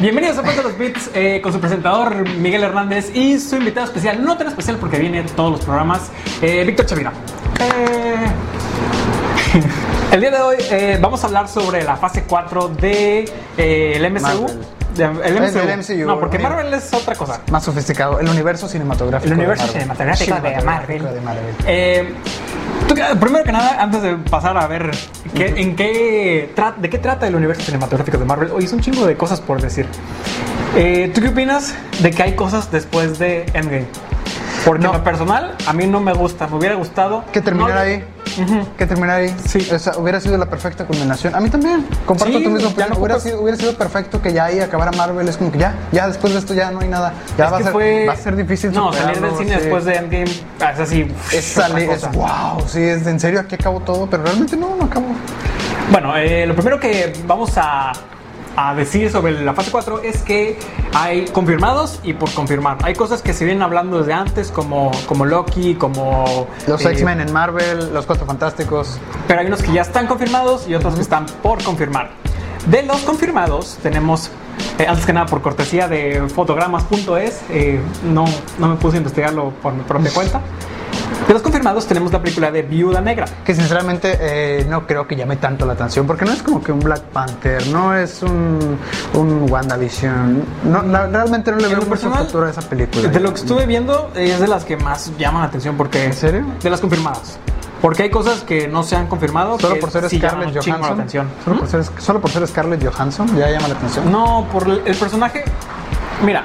Bienvenidos a Puerto de los Beats eh, con su presentador Miguel Hernández y su invitado especial, no tan especial porque viene en todos los programas, eh, Víctor Chavira. Eh, el día de hoy eh, vamos a hablar sobre la fase 4 de eh, el MCU. Marvel. De- el Es del MCU. MCU, No, porque mira. Marvel es otra cosa. Más sofisticado, el universo cinematográfico. El universo de Marvel. cinematográfico de Marvel. Cinematográfico de Marvel. Eh, tú- primero que nada, antes de pasar a ver qué- en qué tra- de qué trata el universo cinematográfico de Marvel, hoy es un chingo de cosas por decir. Eh, ¿Tú qué opinas de que hay cosas después de Endgame? Porque No. en lo personal, a mí no me gusta, me hubiera gustado. Que terminar no- ahí. Ujú. Que terminar ahí. Sí. O sea, hubiera sido la perfecta culminación. A mí también. Comparto Sí, tu mismo ya no hubiera, ocupas- sido, hubiera sido perfecto que ya ahí acabara Marvel. Es como que ya, ya después de esto ya no hay nada. Ya Es va, a que ser, fue- va a ser difícil. No, salir del superarlo, cine sí. después de Endgame ah, es así. Es, otra salir- es cosa. wow. Sí, es de en serio, aquí acabó todo. Pero realmente no, no acabó. Bueno, eh, lo primero que vamos a, a decir sobre la fase 4 es que hay confirmados y por confirmar. Hay cosas que se vienen hablando desde antes, como, como Loki, como. Los eh, X-Men en Marvel, los Cuatro Fantásticos. Pero hay unos que ya están confirmados y otros que están por confirmar. De los confirmados, tenemos, eh, antes que nada, por cortesía de fotogramas.es, eh, no, no me puse a investigarlo por mi propia cuenta. De los confirmados, tenemos la película de Viuda Negra. Que sinceramente eh, no creo que llame tanto la atención, porque no es como que un Black Panther, no es un, un WandaVision. No, la- realmente no le En veo lo mucha personal, factura a esa película. De lo que estuve viendo, eh, es de las que más llaman la atención porque... ¿En serio? De las confirmadas. Porque hay cosas que no se han confirmado. Solo que por ser sí llaman Scarlett un chingo la Johansson. atención. ¿Mm? Solo, por ser, solo por ser Scarlett Johansson ya llama la atención. No, por el el personaje... Mira,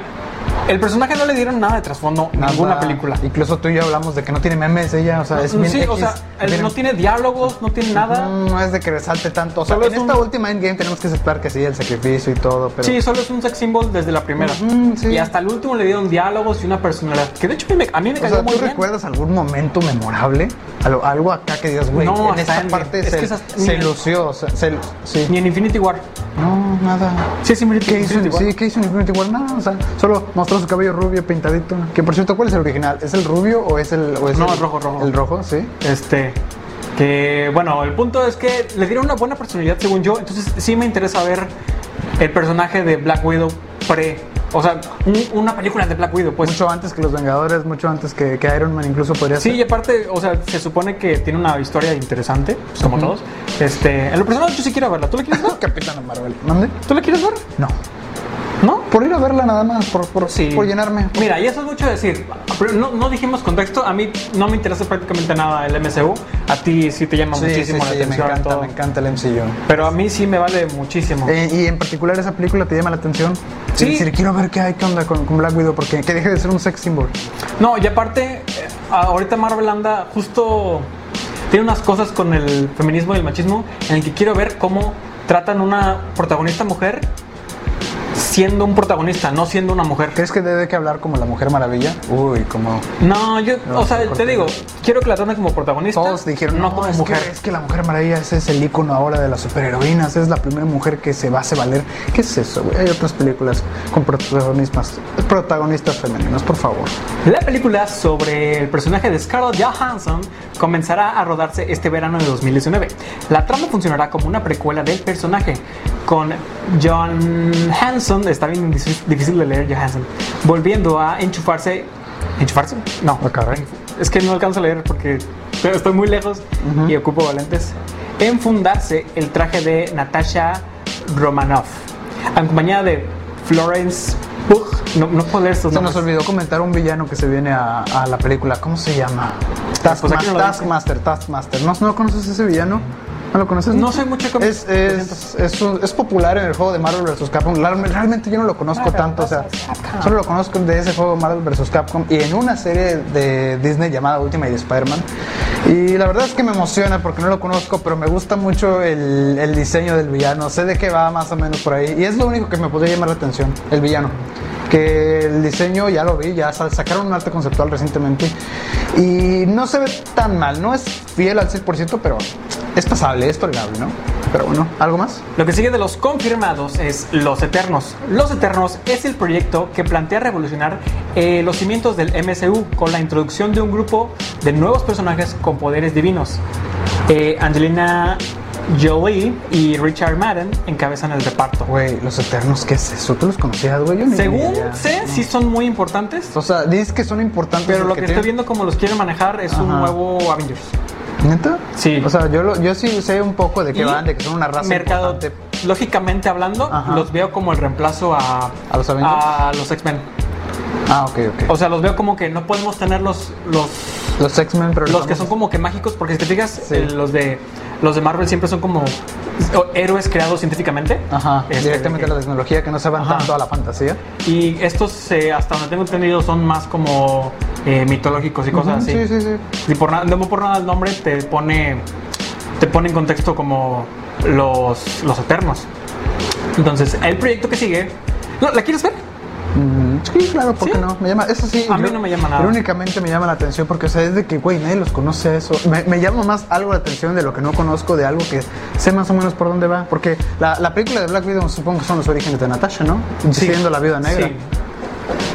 el personaje no le dieron nada de trasfondo en Nada. ninguna película. Incluso tú y yo hablamos de que no tiene memes ella, o sea, es sí, bien o X, sea, él bien- Mm, no tiene diálogos, no tiene nada. No es de que resalte tanto. O sea, Solo en es esta un- última endgame tenemos que aceptar que sí, el sacrificio y todo, pero. Sí, solo es un sex symbol desde la primera. Ujú, sí. Y hasta el último le dieron diálogos y una personalidad. Que de hecho a mí me, a mí me O cayó sea, ¿tú muy bien. recuerdas algún momento memorable? Algo, algo acá que digas, güey, No, en hasta esta Endgame. parte Es se, que esas- se ni- lució, o sea, se, sí. Ni en Infinity War. No, nada. Sí, es Infinity, ¿Qué hizo, Infinity War. sí, ¿qué hizo en Infinity War? Nada, o sea, solo mostró su cabello rubio pintadito. Que por cierto, ¿cuál es el original? ¿Es el rubio o es el...? o No, el es rojo, rojo. El rojo, sí. Este. Que bueno, el punto es que le dieron una buena personalidad, según yo. Entonces, sí me interesa ver el personaje de Black Widow pre. O sea, un- una película de Black Widow, pues. mucho antes que Los Vengadores, mucho antes que, que Iron Man incluso podría Sí, y ser. aparte, o sea, se supone que tiene una historia interesante, pues, como Ujú. todos. Este, en lo personal, yo sí quiero verla. ¿Tú la quieres ver? Capitana Marvel. ¿Mande? ¿Tú la quieres ver? No. ¿No? Por ir a verla nada más, por, por, por llenarme. Mira, y eso es mucho decir. Pero no, no dijimos contexto. A mí no me interesa prácticamente nada el MCU. A ti sí te llama Sí, muchísimo la sí, sí, me atención. encanta, todo. me encanta el MCU. Pero a mí sí me vale muchísimo. Eh, y en particular esa película te llama la atención. Sí. Es decir, quiero ver qué hay, qué onda con, con Black Widow, porque que deje de ser un sex symbol. No, y aparte, eh, ahorita Marvel anda justo. Tiene unas cosas con el feminismo y el machismo en el que quiero ver cómo tratan una protagonista mujer siendo un protagonista, no siendo una mujer. ¿Crees que debe que hablar como la Mujer Maravilla? Uy, como... No, yo, No, o sea, te cortina. digo, quiero que la traten como protagonista. Todos dijeron, no como es mujer. Que, es que la Mujer Maravilla ese es el icono ahora de las superheroínas, es la primera mujer que se va a hacer valer. ¿Qué es eso, güey? Hay otras películas con protagonistas, protagonistas femeninos, por favor. La película sobre el personaje de Scarlett Johansson comenzará a rodarse este verano de 2019. La trama funcionará como una precuela del personaje, con John Hanson, está bien difí- difícil de leer Johansson, volviendo a enchufarse. ¿Enchufarse? No. Ah, caray. Es que no alcanzo a leer porque estoy muy lejos y ocupo lentes. Enfundarse el traje de Natasha Romanoff, acompañada de Florence Pugh. No, no puedo leer estos Se nombres. nos olvidó comentar un villano que se viene a, a la película. ¿Cómo se llama? Pues aquí no Taskmaster, lo Taskmaster, Taskmaster. ¿No, ¿No conoces ese villano? ¿No lo conoces? Pues No soy mucho cómic, es, lo es, es, un- es popular en el juego de Marvel vs. Capcom. La- Realmente yo no lo conozco Marvel tanto. O sea, vs. Capcom. solo lo conozco de ese juego Marvel vs. Capcom y en una serie de Disney llamada Ultimate Spider-Man. Y la verdad es que me emociona porque no lo conozco, pero me gusta mucho el, el diseño del villano. Sé de qué va más o menos por ahí. Y es lo único que me podría llamar la atención, el villano. Que el diseño ya lo vi, ya sa- sacaron un arte conceptual recientemente. Y no se ve tan mal, no es fiel al 100%, pero es pasable, es tolerable, ¿no? Pero bueno, ¿algo más? Lo que sigue de los confirmados es Los Eternos. Los Eternos es el proyecto que plantea revolucionar eh, los cimientos del MCU con la introducción de un grupo de nuevos personajes con poderes divinos. Eh, Angelina Jolie y Richard Madden encabezan el reparto. Güey, los Eternos, ¿qué es eso? ¿Tú los conocías, güey? Yo ni Según idea. sé, sí son muy importantes, O sea, dices que son importantes. pero lo que, porque estoy tienen- viendo como los quieren manejar es un Ajá. nuevo Avengers. ¿Neta? Sí. O sea, yo, lo- yo sí sé un poco de qué Y van, de que son una raza mercado, importante. lógicamente hablando, Ajá. los veo como el reemplazo a, ¿A los Avengers? a los X-Men. Ah, ok, ok. O sea, los veo como que no podemos tener los los los X-Men, pero los que son estamos- como que mágicos, porque si te fijas, Sí. eh, los de los de Marvel siempre son como o- héroes creados científicamente. Ajá, Este, directamente a de la tecnología, que no se van Ajá. tanto a la fantasía. que- Y estos, eh, hasta donde tengo entendido, son más como eh, mitológicos y cosas Ujú, así. Sí, sí, sí. Y por nada, no por nada el nombre te pone te pone en contexto como los, los eternos. Entonces, el proyecto que sigue. No, ¿La quieres ver? Mm, Sí, claro, ¿por ¿Sí? qué no? Me llama, eso sí. A mí no me llama nada. Pero únicamente me llama la atención porque, o sea, es de que, güey, nadie los conoce a eso. Me, me llama más algo la atención de lo que no conozco, de algo que sé más o menos por dónde va. Porque la, la película de Black Widow supongo que son los orígenes de Natasha, ¿no? Siendo la viuda negra. Sí.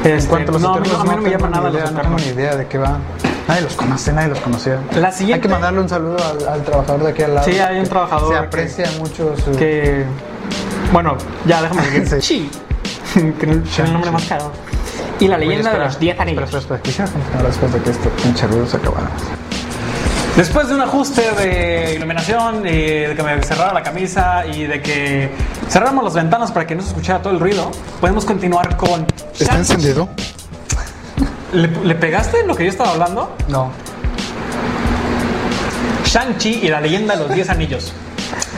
Este, En cuanto a los no, a mí, Eternos, no- a mí no me tengo llama ni nada idea, los No tengo eternos. ni idea de qué va. Nadie los conoce, nadie los conocía. La Hay siguiente- que mandarle un saludo al, al trabajador de aquí al lado. Sí, hay un que trabajador Se que- aprecia mucho su. que bueno ya déjame seguir Sí. sí. que no- que era el nombre más caro y la Oye, leyenda espera, de los 10 Espera, anillos espera, espera. Quisiera continuar después de que este pinche ruido se acabara. después de un ajuste de iluminación eh, de que me cerrara la camisa y de que cerráramos las ventanas para que no se escuchara todo el ruido podemos continuar con ¿Está encendido? ¿Le, le pegaste en lo que yo estaba hablando? No. Shang-Chi y la leyenda de los 10 anillos,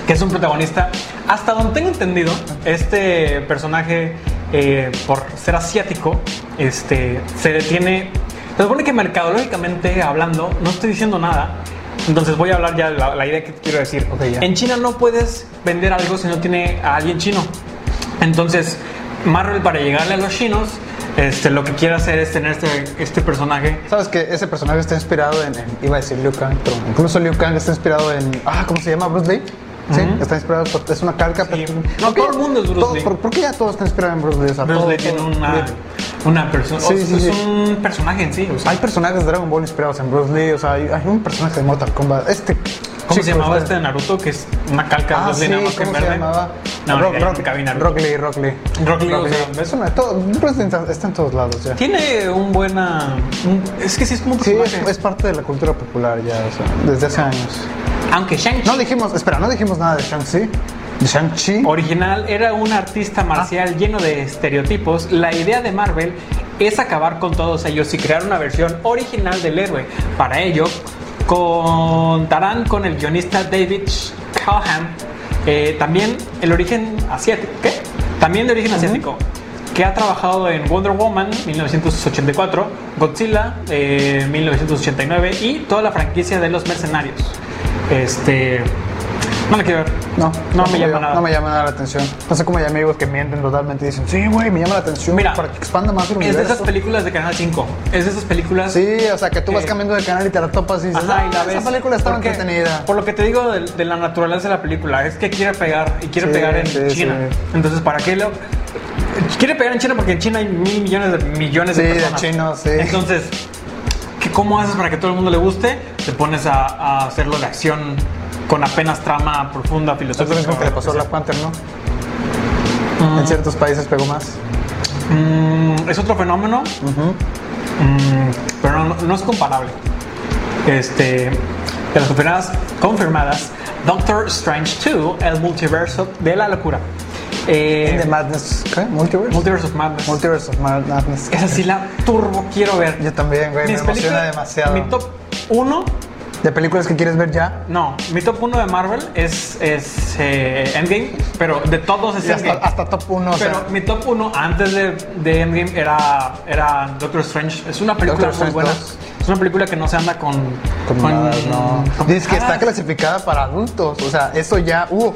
que es un protagonista. Hasta donde tengo entendido, este personaje, eh, por ser asiático, este, se detiene. Se supone que mercadológicamente hablando, no estoy diciendo nada. Entonces voy a hablar ya la, la idea que quiero decir. Ok, ya. En China no puedes vender algo si no tiene a alguien chino. Entonces, Marvel para llegarle a los chinos, este, lo que quiere hacer es tener este, este personaje Sabes que ese personaje está inspirado en, en- Iba a decir Liu Kang, pero incluso Liu Kang está inspirado en. Ah, ¿cómo se llama? Bruce Lee. Sí, Ujú. está inspirado, por- es una calca. Sí. pero- No, todo el mundo es Bruce todo- Lee. ¿por, por qué ya todo está inspirado en Bruce Lee? O sea, Bruce todo- Lee tiene todo- una, una persona. Sí, sí, es sí. un personaje en sí. o sea, Hay personajes de Dragon Ball inspirados en Bruce Lee, o sea, hay, hay un personaje de Mortal Kombat. Este. ¿Cómo se llamaba este de Naruto? Que es una calca Ah, de Bruce sí, Lee, nada ¿cómo más que en se verde. llamaba? No, Rock, ni idea, nunca vi Rock, Naruto. Rock Lee, Rock Lee. Rock Lee, o sea, Es una, todo, Bruce Lee está, está en todos lados ya. Tiene un buena. un- es que sí es como un Sí, es, personaje. es parte de la cultura popular ya, o sea, desde hace años. Aunque Shang-Chi No dijimos, espera, no dijimos nada de Shang-Chi. De Shang-Chi. original era un artista marcial lleno de estereotipos, la idea de Marvel es acabar con todos ellos y crear una versión original del héroe. Para ello, contarán con el guionista David Callahan, eh, también el origen asiático, ¿qué? También de origen asiático, que ha trabajado en Wonder Woman 1984, Godzilla eh, 1989 y toda la franquicia de los mercenarios. Este, no la quiero ver. No, No me llama nada. No me llama nada la atención. No sé cómo hay amigos que mienten totalmente y dicen, sí, güey, me llama la atención. Mira, para que expanda más el Es universo. de esas películas de Canal 5. Es de esas películas. Sí, o sea, que tú vas Eh, cambiando de canal y te la topas y dices, Ajá, y la "Ah, ves. esa película estaba Porque- entretenida. Por lo que te digo de, de la naturaleza de la película, es que quiere pegar y quiere Sí, pegar en sí, China. sí. Entonces, ¿para qué lo.? Quiere pegar en China porque en China hay mil millones de millones de Sí, de personas. chinos, sí. Entonces, ¿qué- ¿cómo haces para que todo el mundo le guste? Te pones a, a hacerlo de acción con apenas trama profunda, Es lo filosófica. mismo que le pasó a Black Panther, ¿no? En ciertos países pegó más. Mm, es otro fenómeno, Ujú. Mm, pero no, no es comparable. Este, de las confirmadas, confirmadas, Doctor Strange 2, el multiverso de la locura. Eh, In the Madness, ¿qué? Multiverse. Multiverse of Madness. Multiverse of Mad- Madness. Esa sí la turbo quiero ver. Yo también, güey, me Mis emociona películas- demasiado. Mi top 1, De películas que quieres ver ya. no, mi top 1 de Marvel es, es eh, Endgame, pero de todos es Y hasta, Endgame. hasta top 1. O sea, Pero mi top 1 antes de, de Endgame era, era Doctor Strange. Es una película Doctor muy Strange buena. 2. Es una película que no se anda con. Con nada, no. con Dices que está nada. clasificada para adultos. O sea, eso ya, uff.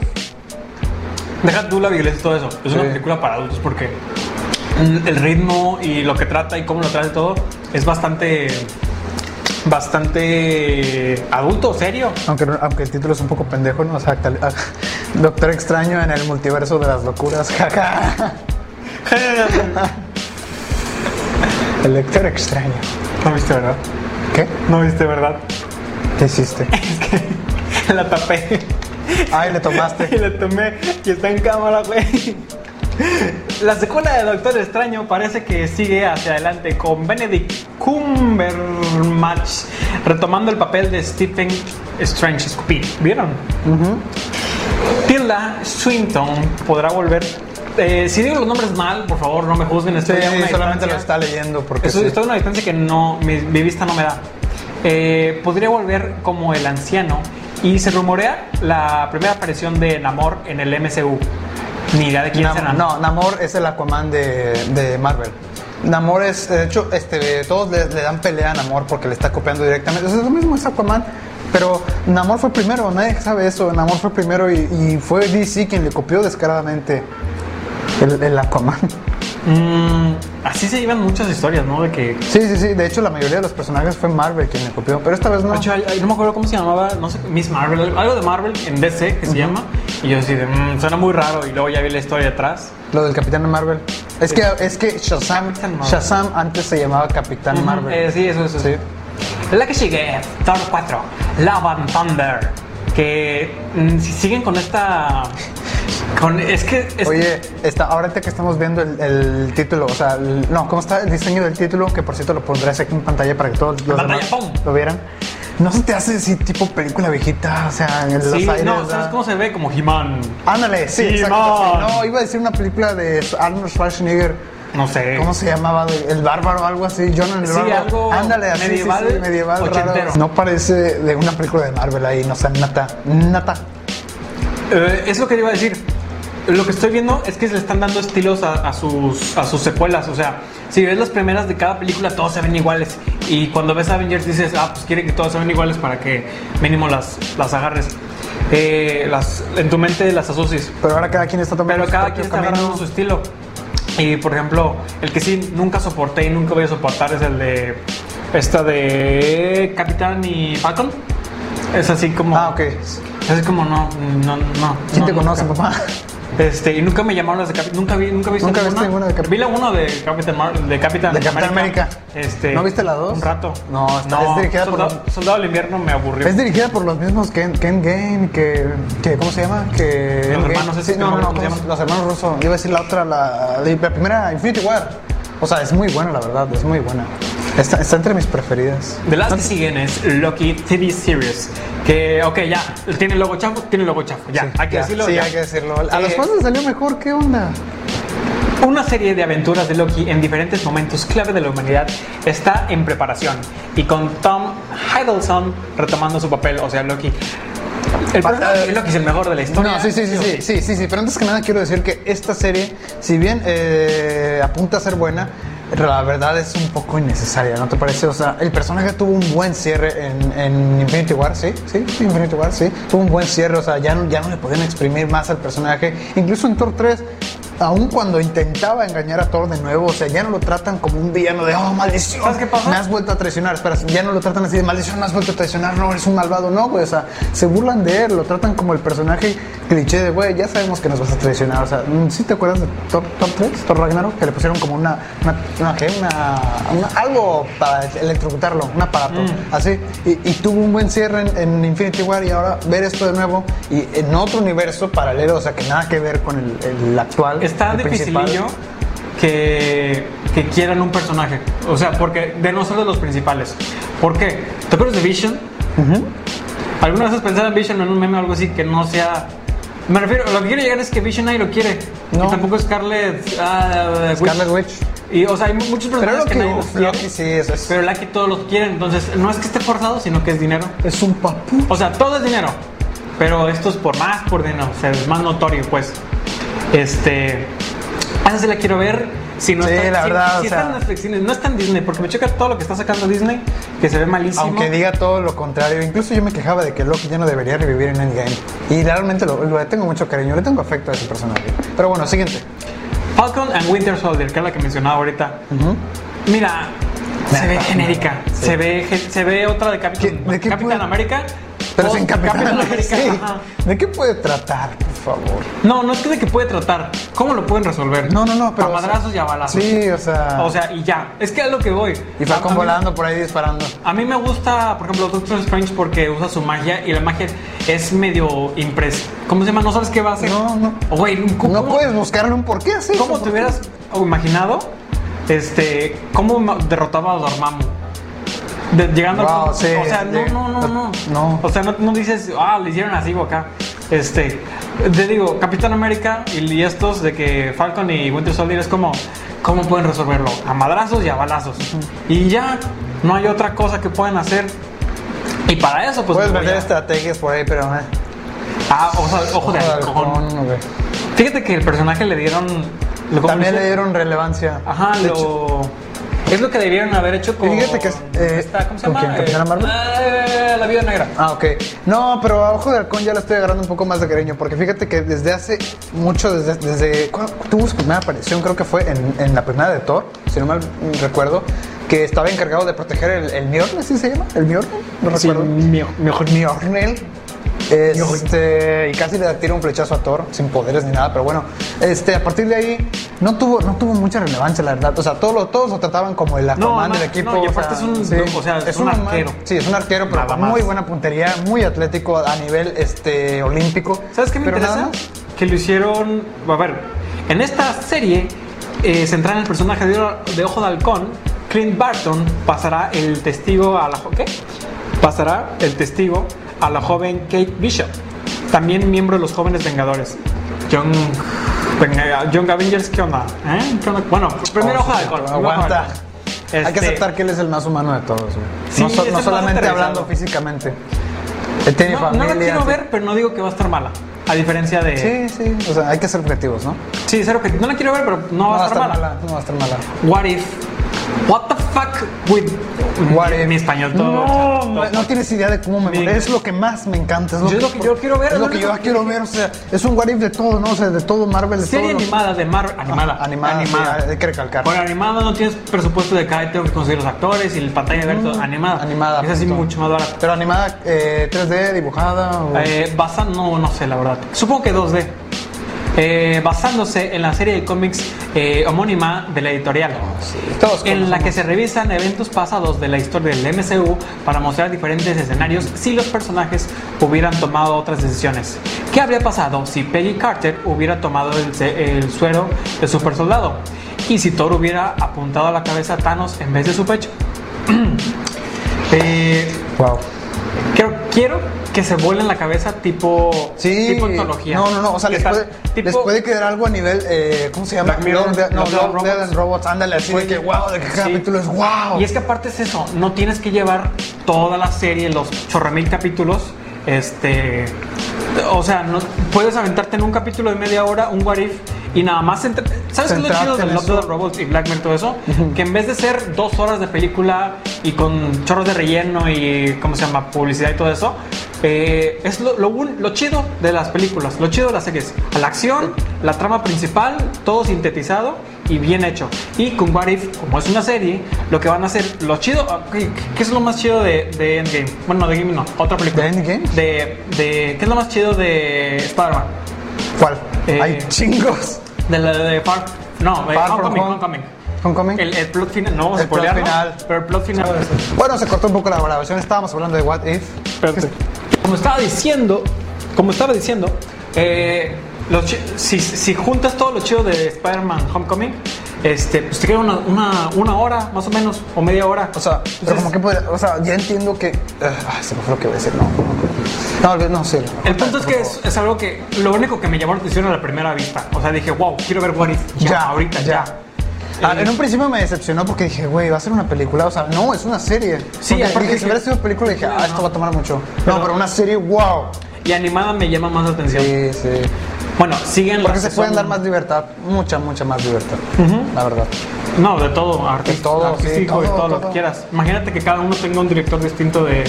Deja tú la violencia y todo eso. Es una Sí. película para adultos porque mm, el ritmo y lo que trata y cómo lo trata y todo es bastante. Bastante adulto, serio. Aunque, aunque el título es un poco pendejo, ¿no? O sea, tal- ah, Doctor Extraño en el multiverso de las locuras, jaja. El Doctor Extraño. No viste, ¿verdad? ¿Qué? No viste, ¿verdad? ¿Qué hiciste? Es que la tapé. Ay, le y tomaste. le tomé y está en cámara, güey. La secuela de Doctor Extraño parece que sigue hacia adelante con Benedict Cumberbatch retomando el papel de Stephen Strange Scooby. ¿Vieron? Ujú. Tilda Swinton podrá volver. Eh, si digo los nombres mal, por favor, no me juzguen. Sí, Estoy a una solamente lo distancia- está leyendo porque eso Pues sí. está a una distancia que no, mi, mi vista no me da. Eh, podría volver como el anciano y se rumorea la primera aparición de Namor en el MCU. Ni idea de quién Nam- será. no, Namor es el Aquaman de, de Marvel. Namor es, de hecho, este, todos le, le dan pelea a Namor porque le está copiando directamente. Es lo mismo es Aquaman, pero Namor fue primero, nadie sabe eso. Namor fue primero y, y fue DC quien le copió descaradamente el, el Aquaman. Mm, así se llevan muchas historias, ¿no? De que. Sí, sí, sí. De hecho, la mayoría de los personajes fue Marvel quien le copió, pero esta vez no. De hecho, hay- hay- no me acuerdo cómo se llamaba, no sé, Miss Marvel, algo de Marvel en DC que se llama. Y yo así de, "Mm, suena muy raro. Y luego ya vi la historia atrás. Lo del Capitán de Marvel. Es que, es que Shazam, Capitán Marvel. Shazam antes se llamaba Capitán Ujú, Marvel. eh, sí, eso, eso. Sí. La que sigue, Thor 4, Love and Thunder. Que mm, si siguen con esta. Con, es que. es- Oye, está, ahorita que estamos viendo el, el título, o sea, el- no, ¿cómo está el diseño del título? Que por cierto lo pondrás aquí en pantalla para que todos los pantalla, demás ¡pum! lo vieran. No se te hace así tipo película viejita, o sea, en los sí, aires. no, ¿sabes ¿verdad? cómo se ve? Como He-Man. Ándale, sí, Sí, exacto. man. sí. No, iba a decir una película de Arnold Schwarzenegger. No sé. ¿Cómo se llamaba? De- El bárbaro, algo así. Jonan el Sí, bárbaro. algo Ándale, así, sí, sí, medieval, sí, medieval raro. ochentero. No parece de una película de Marvel ahí, no sé, nata, nata. Eh, es lo que te iba a decir. Lo que estoy viendo es que le están dando estilos a, a sus, a sus secuelas. O sea, si ves las primeras de cada película, todas se ven iguales. Y cuando ves Avengers dices, ah, pues quieren que todas se ven iguales para que mínimo las, las agarres. Eh, las, en tu mente las asocies. Pero ahora cada quien está tomando Pero su cada propio quien está camino. agarrando su estilo. Y por ejemplo, el que sí nunca soporté y nunca voy a soportar es el de. Esta de. Capitán y Falcon. Es así como. Ah, ok. Es así como no, no, no. ¿Quién no, te nunca. conoce, papá? Este, y nunca me llamaron las de Capitán. Nunca vi, nunca vi ¿Nunca viste ninguna de Capitán? Vi la uno de Capitán, Mar- de Capitán, De Capitán América. Este, ¿No viste la dos? Un rato. No, está- es dirigida por- Soldado, Soldado del Invierno me aburrió. Es dirigida por los mismos que, que Endgame, que, que- ¿Cómo se llama? Que Los Endgame. hermanos, Sí, esos no, que no no, me no, acuerdo ¿cómo cómo se- los hermanos rusos. Iba a decir la otra, la, la primera, Infinity War. O sea, es muy buena, la verdad, es muy buena. Está, está entre mis preferidas. De las que siguen es Loki TV Series. Que, ok, ya, tiene logo chafo, tiene logo chafo. Ya, Sí, hay que decirlo. Sí, ya. hay que decirlo. A Eh, los fans les salió mejor, ¿qué onda? Una serie de aventuras de Loki en diferentes momentos clave de la humanidad está en preparación y con Tom Hiddleston retomando su papel, o sea, Loki. El personaje de Loki es el mejor de la historia. No, sí, sí, sí, o sí, sí, sí, sí, pero antes que nada quiero decir que esta serie, si bien eh, apunta a ser buena, la verdad es un poco innecesaria, ¿no te parece? O sea, el personaje tuvo un buen cierre en, en Infinity War, sí, sí, Infinity War, sí, tuvo un buen cierre, o sea, ya no, ya no le podían exprimir más al personaje, incluso en Thor 3. Aun cuando intentaba engañar a Thor de nuevo, o sea, ya no lo tratan como un villano de, oh, maldición. ¿Sabes qué pasa? Me has vuelto a traicionar. Espera, ya no lo tratan así de maldición, me has vuelto a traicionar. No, eres un malvado. No, güey. O sea, se burlan de él. Lo tratan como el personaje cliché de, güey, ya sabemos que nos vas a traicionar. O sea, mm, ¿sí te acuerdas de Thor, Thor 3? Thor Ragnarok. Que le pusieron como una, una, una, ¿qué? Una- una- algo para electrocutarlo. Un aparato. Mm. Así. Y, y tuvo un buen cierre en, en Infinity War. Y ahora ver esto de nuevo. Y en otro universo paralelo. O sea, que nada que ver con el, el actual. Está el principal. dificilillo que, que quieran un personaje. O sea, porque de no ser de los principales. ¿Por qué? ¿Te acuerdas de Vision? Ujú. ¿Alguna vez has pensado en Vision o en un meme o algo así que no sea.? Me refiero, lo que quiero llegar es que Vision nadie lo quiere. No. Y tampoco Scarlett. ah, Scarlet Witch. Y, o sea, hay mu- muchos Pero personajes lo que, nadie los que, quiere, lo que sí, eso es. pero Lucky todos los quieren. Entonces, no es que esté forzado, sino que es dinero. Es un papú. O sea, todo es dinero. Pero esto es por más, por dinero. O sea, es más notorio, pues. Este. A esa se la quiero ver. Si no Sí, está, la si- verdad, si o está en sea. Netflix, si no está en Disney, porque me checa todo lo que está sacando Disney, que se ve malísimo. Aunque diga todo lo contrario, incluso yo me quejaba de que Loki ya no debería revivir en Endgame. Y realmente lo, lo- le tengo mucho cariño, le tengo afecto a ese personaje. Pero bueno, siguiente. Falcon and Winter Soldier, que es la que mencionaba ahorita. Ujú. Mira, se ve Nah, genérica. sí. se, ve, ge- se ve otra de Capitán, ¿Qué- de qué Capitán puede- América. Pero Post- sin Capitán América. sí. Oh, ajá. ¿De qué puede tratar, por favor? No, no es que de que puede tratar. ¿Cómo lo pueden resolver? No, no, no, pero. A madrazos y a balazos. Sí, o sea. O sea, y ya. Es que es lo que voy. y A- a Falcon mí- volando por ahí disparando. A mí me gusta, por ejemplo, Doctor Strange porque usa su magia y la magia es medio impres. ¿Cómo se llama? No sabes qué va a hacer. No, no. O, Güey, ¿cómo, No puedes buscarle un porqué así. cómo te hubieras imaginado este, cómo ma- derrotaba a Dormammu? De- llegando al Wow, punto- sí, O sea, no, sí. no, no, no. No. O sea, no, no dices, ah, le hicieron así o acá. Este, te digo, Capitán América y, y estos de que Falcon y Winter Soldier es como, ¿cómo pueden resolverlo? A madrazos y a balazos. Y ya, no hay otra cosa que puedan hacer. Y para eso, pues. Puedes voy meter a- estrategias por ahí, pero. eh, Ah, o sea, ojo de ojo de halcón. halcón, güey. Fíjate que el personaje le dieron. ¿cómo También dice? le dieron relevancia. Ajá, De lo. hecho, Es lo que debieron haber hecho con. Fíjate que es, eh, esta- ¿Cómo se ¿con llama? quién? ¿Capitana Eh, Marvel? eh, la vida negra. Ah, ok. No, pero a Ojo de Halcón ya la estoy agarrando un poco más de cariño, porque fíjate que desde hace mucho, desde, desde ¿cuándo tuvo su primera aparición, creo que fue en, en la primera de Thor, si no mal recuerdo, que estaba encargado de proteger el, el Mjolnir, ¿así se llama? ¿El Mjolnir? No recuerdo. mejor Mjolnir. Este, y casi le tira un flechazo a Thor sin poderes ni nada, pero bueno, este, a partir de ahí no tuvo, no tuvo mucha relevancia, la verdad. O sea, todos lo, todos lo trataban como el Aquaman además, del equipo. no, y o aparte sea, es un- o sea, es un humano- arquero. Sí, es un arquero, pero Nada con más. muy buena puntería, muy atlético a nivel este, olímpico. ¿Sabes qué me pero nada interesa? Que lo hicieron. A ver, en esta serie, eh, centrada en el personaje de, de Ojo de Halcón, Clint Barton pasará el testigo a la. jo- ¿Qué? Pasará el testigo a la joven Kate Bishop, también miembro de los Jóvenes Vengadores. John. John Avengers, ¿qué onda? ¿Eh? ¿Qué onda? Bueno, primero Oh, Ojo de sí, Halcón. pero primero Ojo de aguanta. Halcón. Hay que Este, aceptar que él es el más humano de todos. güey. Sí, este no so- es el no más solamente interesado. hablando físicamente. Él tiene No, no familia. la quiero sí. ver, pero no digo que va a estar mala. A diferencia de. Sí, sí. O sea, hay que ser objetivos, ¿no? Sí, cero que. No la quiero ver, pero no, va a estar mala. No va a estar mala. What if? What the fuck with What if- mi español todo. No, todo- no tienes idea de cómo me Mi- Es lo que más me encanta. Es lo, Yo es lo que yo quiero ver, Es lo que yo quiero ver. O sea, es un what if de todo, ¿no? O sea, de todo Marvel. De Serie todo lo- animada de Marvel, animada, Ah, animada, animada. sí, hay que recalcar. Bueno, animada no tienes presupuesto de cada tengo que conseguir los actores y el pantalla verde todo. animada. Mm, Animada. Es así punto. mucho más barata. Pero animada eh, 3D, dibujada. o- Eh, basa- no, no sé la verdad. Supongo que 2D. Eh, basándose en la serie de cómics eh, homónima de la editorial. Oh, Todos en la conocemos. que se revisan eventos pasados de la historia del MCU para mostrar diferentes escenarios si los personajes hubieran tomado otras decisiones. ¿Qué habría pasado si Peggy Carter hubiera tomado el, se- el suero de super soldado? ¿Y si Thor hubiera apuntado a la cabeza a Thanos en vez de su pecho? Eh, Wow. quiero, quiero que se vuele en la cabeza tipo, Sí. tipo antología. No, no, no. O sea, Que les tal- puede, tipo- les puede quedar algo a nivel. eh, ¿Cómo se llama? Black Mirror, Love, Death- no, Love, Love, Robots. Dead and Robots. Ándale, así de que wow, de qué Sí. capítulo es wow. Y es que aparte es eso, no tienes que llevar toda la serie, los chorramil capítulos, este... O sea, no, puedes aventarte en un capítulo de media hora, un what if, y nada más... centra- ¿Sabes qué es lo Centrarte chido de en Love, eso. Death Robots y Black Mirror, todo eso? Que en vez de ser dos horas de película y con chorros de relleno y, ¿cómo se llama?, publicidad y todo eso, eh, es lo, lo un- lo chido de las películas, lo chido de las series. La acción, la trama principal, todo sintetizado y bien hecho. Y con What If, como es una serie, lo que van a hacer, lo chido, ah, ¿qué, qué es lo más chido de, de Endgame? Bueno, no, de Endgame no, otra película. ¿De Endgame? De, de- ¿Qué es lo más chido de Spider-Man? ¿Cuál? Eh, Hay chingos. De la de Far... No, de Far From Homecoming, Home. Homecoming. Homecoming. El, el plot final, no vamos a El plot spoilear, ¿no? final. Pero el plot final. Bueno, se cortó un poco la grabación. Estábamos hablando de What If. Espérate. Como estaba diciendo, como estaba diciendo, eh, lo chi- si, si juntas todo lo chido de Spider-Man Homecoming, este, pues te queda una, una, una hora más o menos, o media hora. O sea, pero Entonces, como que podría- o sea, ya entiendo que. ah, se me fue lo que iba a decir, no. No, no, no, sí. El punto es que es, es algo que lo único que me llamó la atención a la primera vista. O sea, dije, wow, quiero ver What If ya, ahorita, ya. Ah, Eh, en un principio me decepcionó porque dije, güey, va a ser una película. O sea, no, es una serie. Sí, Porque aparte dije, dije- si hubiera sido película, dije, No. ah, esto va a tomar mucho. Pero- no, pero una serie, wow. Y animada me llama más la atención. Sí, sí. Bueno, siguen Porque las se que pueden son- dar más libertad, mucha, mucha más libertad. La verdad. No, de todo, arte, De todo, sí, artístico todo, y todo, lo todo. que quieras. Imagínate que cada uno tenga un director distinto de,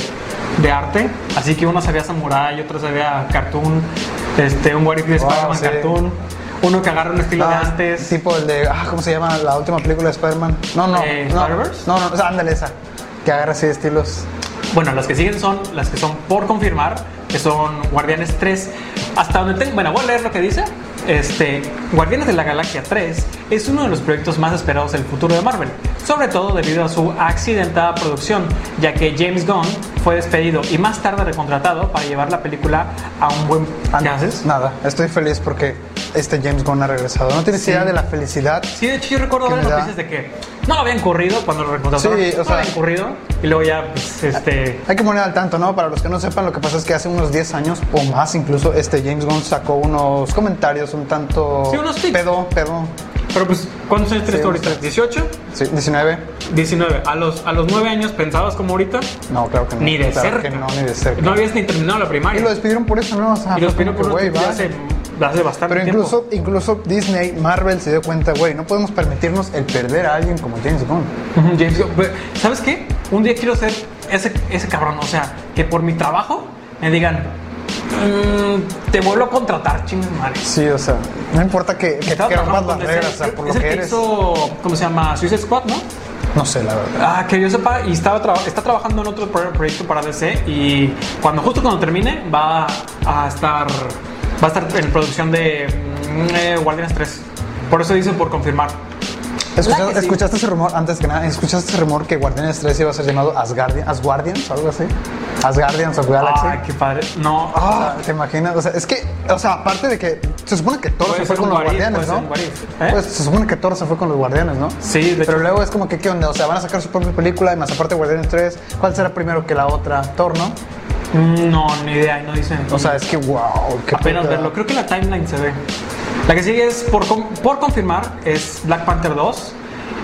de arte, así que uno se vea samurai, otro se vea cartoon, este, un What If de Wow, Spider-Man sí. cartoon, uno que agarra un estilo de Ah, antes. Tipo el de, ah, ¿cómo se llama la última película de Spider-Man? No, no. Eh, no, ¿Spider-Verse? no, no, o sea, ándale esa. Que agarra así estilos. Bueno, las que siguen son las que son por confirmar, que son Guardianes 3, Hasta donde tengo. Bueno, voy a leer lo que dice. Este, Guardianes de la Galaxia 3 es uno de los proyectos más esperados del futuro de Marvel, sobre todo debido a su accidentada producción, ya que James Gunn fue despedido y más tarde recontratado para llevar la película a un buen. Ah, ¿Qué no, haces? Nada, estoy feliz porque este James Gunn ha regresado. No tienes idea de la felicidad. Sí, de hecho yo recuerdo Que ver me da- noticias de que no lo habían corrido cuando lo recontrataron. Sí, o no sea- lo habían corrido y luego ya, pues, este. Hay que poner al tanto, ¿no? Para los que no sepan, lo que pasa es que hace unos 10 años o más incluso, este James Gunn sacó unos comentarios un tanto... Sí, unos tics. Pedo, pedo. Pero pues, ¿cuántos años tienes Sí, tú ahorita? unos- ¿18? Sí, 19. 19. A los, a los 9 años pensabas como ahorita. No, claro que no. Ni de Claro cerca. que no, ni de cerca. No habías ni terminado la Y primaria. lo despidieron por eso, ¿no? O sea, Y los fue vino como por que, un güey, ya va. hace, hace bastante Pero tiempo. incluso, incluso Disney, Marvel se dio cuenta, güey, no podemos permitirnos el perder a alguien como James Gunn. Ujú, James Gunn. Pero, ¿Sabes qué? Un día quiero ser ese, ese cabrón. O sea, que por mi trabajo me digan, "Mm, te vuelvo a contratar, chingas madre. Sí, o sea, no importa que, que, Estaba que rompas trabajando las con ese- reglas, o sea, por es el lo que que eres. hizo, ¿cómo se llama? Suicide Squad, ¿no? No sé, la verdad. Ah, que yo sepa, y estaba traba- está trabajando en otro pro- proyecto para DC y cuando justo cuando termine va a estar va a estar en producción de mm, eh, Guardianes 3. Por eso dice por confirmar. Escucha- que sí. ¿Escuchaste ese rumor? Antes que nada, ¿escuchaste ese rumor que Guardianes 3 iba a ser llamado Asgardian, Asguardians o algo así? Asgardians of Galaxy. Ah, qué padre. No, O sea, ¿Te imaginas? O sea, es que, o sea, aparte de que se supone que Thor Puede se fue ser un con los what if, guardianes, puede ¿no? ser un what if, ¿eh? Pues se supone que Thor se fue con los guardianes, ¿no? Sí, de Pero hecho. luego es como que, ¿qué onda? O sea, van a sacar su propia película y más aparte Guardianes 3, ¿cuál será primero que la otra? Thor, ¿no? mm, no, ni idea, no dicen. O sea, es que, wow, qué apenas puta. verlo. Creo que la timeline se ve. La que sigue es por, con- por confirmar es Black Panther 2.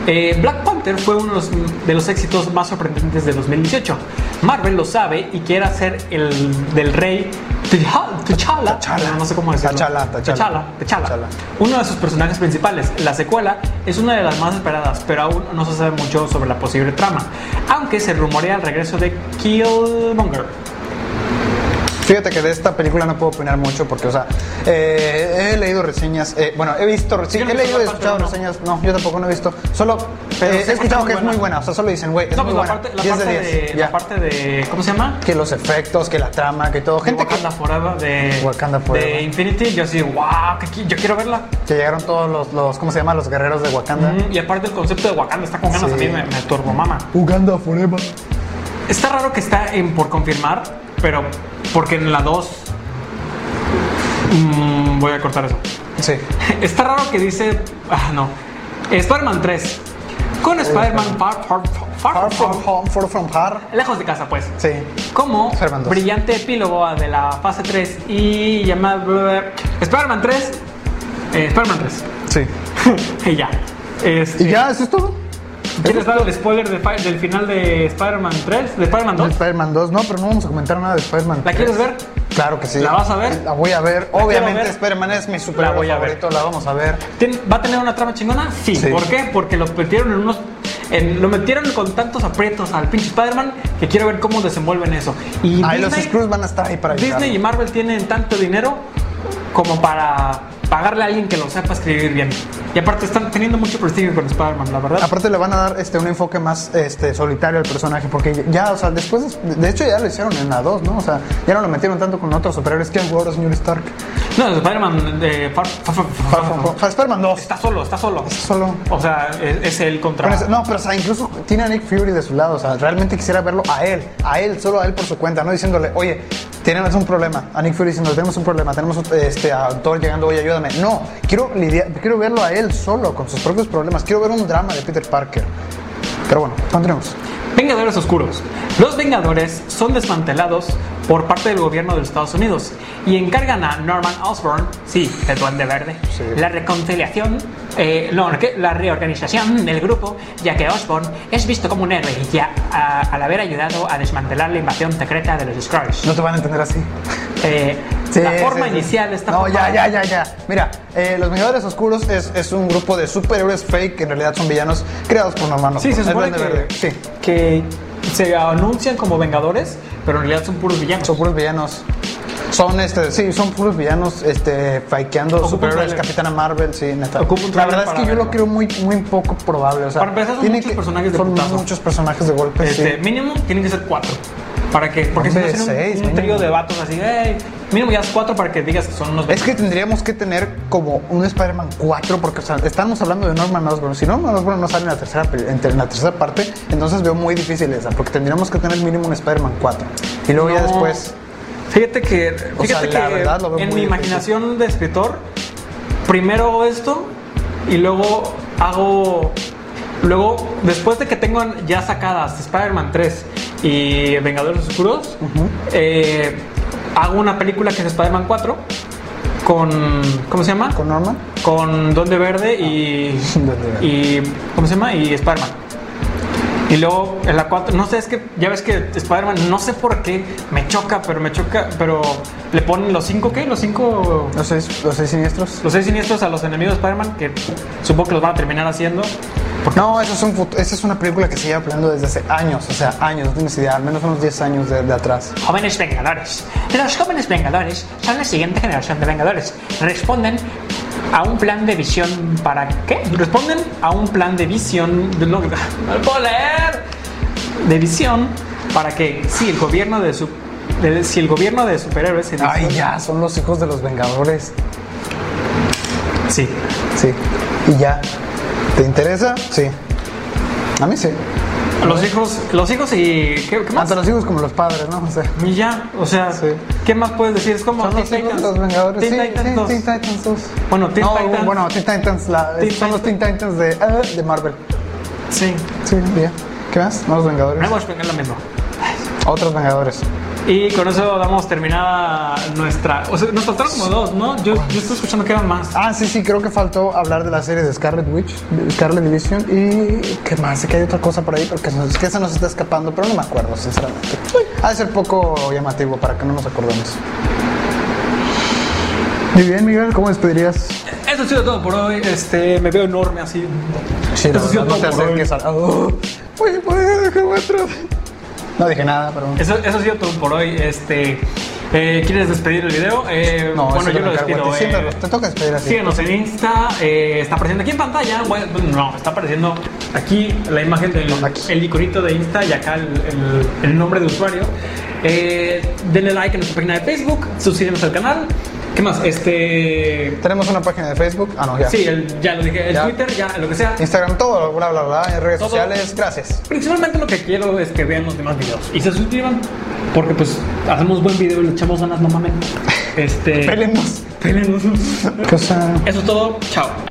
Eh, Black Panther fue uno de los, de los éxitos más sorprendentes de 2018. Marvel lo sabe y quiere hacer el del rey T'Cha- T'Challa. Ah, T'Challa. No sé cómo decirlo. T'Challa, T'Challa. T'Challa, T'Challa. T'Challa. Uno de sus personajes principales. La secuela es una de las más esperadas, pero aún no se sabe mucho sobre la posible trama. Aunque se rumorea el regreso de Killmonger. Fíjate que de esta película no puedo opinar mucho porque, o sea, eh, he leído reseñas, eh, bueno, he visto, sí, Yo no he he visto leído y la parte escuchado uno. reseñas, no, yo tampoco no he visto, solo Pero eh, sé que he escuchado está que es muy muy buena. buena, o sea, solo dicen, güey, es No, muy pues la buena, parte, la 10 de parte 10, de, ya. la parte de. ¿Cómo se llama? que los efectos, que la trama, que todo, gente Gente que, Wakanda Forever de, Wakanda Forever. de Infinity, yo así, wow, que qui- yo quiero verla. que llegaron todos los, los, ¿cómo se llama? Los guerreros de Wakanda. Mm, Y aparte el concepto de Wakanda está con ganas Sí. a mí, me, me turbomama. Uganda Forever. Está raro que está en por confirmar, pero porque en la 2... Mm, voy a cortar eso. Sí. Está raro que dice... Ah, no. Spider-Man 3. Con Spider-Man far, far, far- Far from From- home, far from hard. Lejos de casa, pues. Sí. Como Spider-Man 2. brillante epílogo de la fase 3 y llamado Spider-Man 3. eh, Spider-Man 3. Sí. y ya. Este, ¿Y ya? ¿Eso es todo? ¿Quieres dar el spoiler de fi- del final de Spider-Man 3? ¿De Spider-Man 2? Spider-Man 2, no, pero no vamos a comentar nada de Spider-Man. ¿La quieres ver? Claro que sí. ¿La vas a ver? La voy a ver. quiero Obviamente ver. Spider-Man es mi superhéroe La voy a ver. favorito, la vamos a ver. ¿Tien- ¿Va a tener una trama chingona? Sí. Sí. ¿Por qué? Porque lo metieron en unos. en- lo metieron con tantos aprietos al pinche Spider-Man que quiero ver cómo desenvuelven eso. Y Ahí los Disney- Screws van a estar ahí para Disney y ayudarnos. Marvel tienen tanto dinero como para pagarle a alguien que lo sepa escribir bien. Y aparte están teniendo mucho prestigio con Spider-Man, la verdad. Aparte le van a dar este un enfoque más este solitario al personaje porque ya, o sea, después de, de hecho ya lo hicieron en la 2, ¿no? O sea, ya no lo metieron tanto con otros superhéroes que han jugado señor Stark. No, Spider-man eh, far- far- far- Far From Home. Far- Spider-Man 2. está solo, está solo. Solo O sea, es, es el contra. Con ese- no, pero o sea, incluso tiene a Nick Fury de su lado. O sea, realmente quisiera verlo a él, a él, solo a él por su cuenta, no diciéndole, oye, tenemos un problema. A Nick Fury diciendo, tenemos un problema, tenemos este, a Thor llegando, oye, ayúdame. No, quiero, lidiar, quiero verlo a él solo, con sus propios problemas. Quiero ver un drama de Peter Parker. Pero bueno, continuemos. Vengadores Oscuros. Los Vengadores son desmantelados por parte del gobierno de los Estados Unidos y encargan a Norman Osborn, sí, el Duende Verde, Sí. la reconciliación, eh, no, ¿qué? la reorganización del grupo, ya que Osborn es visto como un héroe y ya a- al haber ayudado a desmantelar la invasión secreta de los Skrulls. No te van a entender así. Eh, Sí, la sí, forma sí. inicial está No, ya, formada- ya, ya, ya. Mira, eh, Los Vengadores Oscuros es, es un grupo de superhéroes fake que en realidad son villanos creados por Norman Sí, Osborn, se el supone que, Duende Verde. Sí, que se anuncian como Vengadores, pero en realidad son puros villanos. Son puros villanos. Son este, sí, son puros villanos este fakeando Ocupa un superhéroes, trailer. Capitana Marvel, sí, neta. Ocupa un La trailer verdad es que para yo verlo. lo creo muy muy poco probable, o sea, Para empezar, son tiene muchos personajes de son putazo. muchos personajes de golpe, Este, Pues sí. Mínimo tienen que ser cuatro. Para que, porque Hombre, si no sería seis, un, un trío mínimo. de vatos así, hey, mínimo ya es cuatro para que digas que son unos Es que tendríamos que tener como un Spider-Man 4, porque o sea, estamos hablando de Norman Osborn. Si Norman Osborn no sale en la tercera, peli- en, en la tercera parte, entonces veo muy difícil esa, porque tendríamos que tener mínimo un Spider-Man 4. Y luego ya No. después, Fíjate que, O sea, fíjate la que verdad lo veo en muy mi difícil. imaginación de escritor, primero hago esto y luego hago. Luego, después de que tengan ya sacadas Spider-Man 3 y Vengadores Oscuros, eh, hago una película que es Spider-Man 4 con. ¿Cómo se llama? con Norman, Con Donde Verde y. Duende Verde. y ¿Cómo se llama? Y Spider-Man. Y luego en la 4, no sé, es que ya ves que Spider-Man, no sé por qué, me choca, pero me choca, pero le ponen los 5, ¿qué? Los 5, los seis, los seis siniestros. los 6 siniestros a los enemigos de Spider-Man, que supongo que los van a terminar haciendo. No, eso es un fut- esa es una película que se lleva planeando desde hace años, o sea, años, no tienes idea, al menos unos 10 años de, de atrás. Jóvenes Vengadores. Los jóvenes Vengadores son la siguiente generación de Vengadores. Responden a un plan de visión para qué? Responden a un plan de visión de no, no puedo leer. De visión para que si el gobierno de su de- si el gobierno de superhéroes se Ay, ya, son los hijos de los Vengadores. Sí. Sí, y ya. ¿Te interesa? Sí. A mí sí. Los hijos, los hijos y ¿qué, qué más? Tanto los hijos como los padres, ¿no? O sea. Y ya, o sea, Sí. ¿qué más puedes decir? Es como Son los Teen hijos de Titans. los Vengadores. Teen Sí, sí, Titans dos. Teen Titans 2. Bueno, Teen no, Titans. Bueno, Teen Titans, la- Teen son los Teen Titans de, eh, de Marvel. Sí. Sí, bien. ¿Qué más? No los Vengadores. No hemos vengado lo mismo. Otros Vengadores. Y con eso damos terminada nuestra. O sea, nos faltaron como dos, ¿no? Yo, yo estoy escuchando que eran más. Ah, sí, sí, creo que faltó hablar de la serie de Scarlet Witch, de Scarlet Division y... ¿Qué más? Sé que hay otra cosa por ahí, pero que, se- que se nos está escapando, pero no me acuerdo, sinceramente. Ha de ser poco llamativo para que no nos acordemos. Muy bien, Miguel, ¿cómo despedirías? Eso ha sido todo por hoy. Este, me veo enorme así. Sí, Eso ha sido no, todo te por hoy. acerques al... Oye, pues, No dije nada, pero... Eso, eso ha sido todo por hoy. Este, eh, ¿quieres despedir el video? Eh, No, bueno, eso yo te lo encargo a despido. ti. Siéntalo, eh. te toca despedir así. Síguenos en Insta, eh, está apareciendo aquí en pantalla, bueno, no, está apareciendo aquí la imagen del Aquí. el iconito de Insta y acá el, el- el nombre de usuario. Eh, denle like a nuestra página de Facebook, suscríbanse al canal. ¿Qué más? Este. Tenemos una página de Facebook. Ah, no, ya. Sí, el- ya lo dije, el Ya. Twitter, ya lo que sea. Instagram, todo, bla, bla, bla, en redes Todo. sociales. Gracias. Principalmente lo que quiero es que vean los demás videos y se suscriban porque pues hacemos buen video y le echamos ganas, no mames. Este. Pelemos. Pélenos. Cosa... Eso es todo, chao.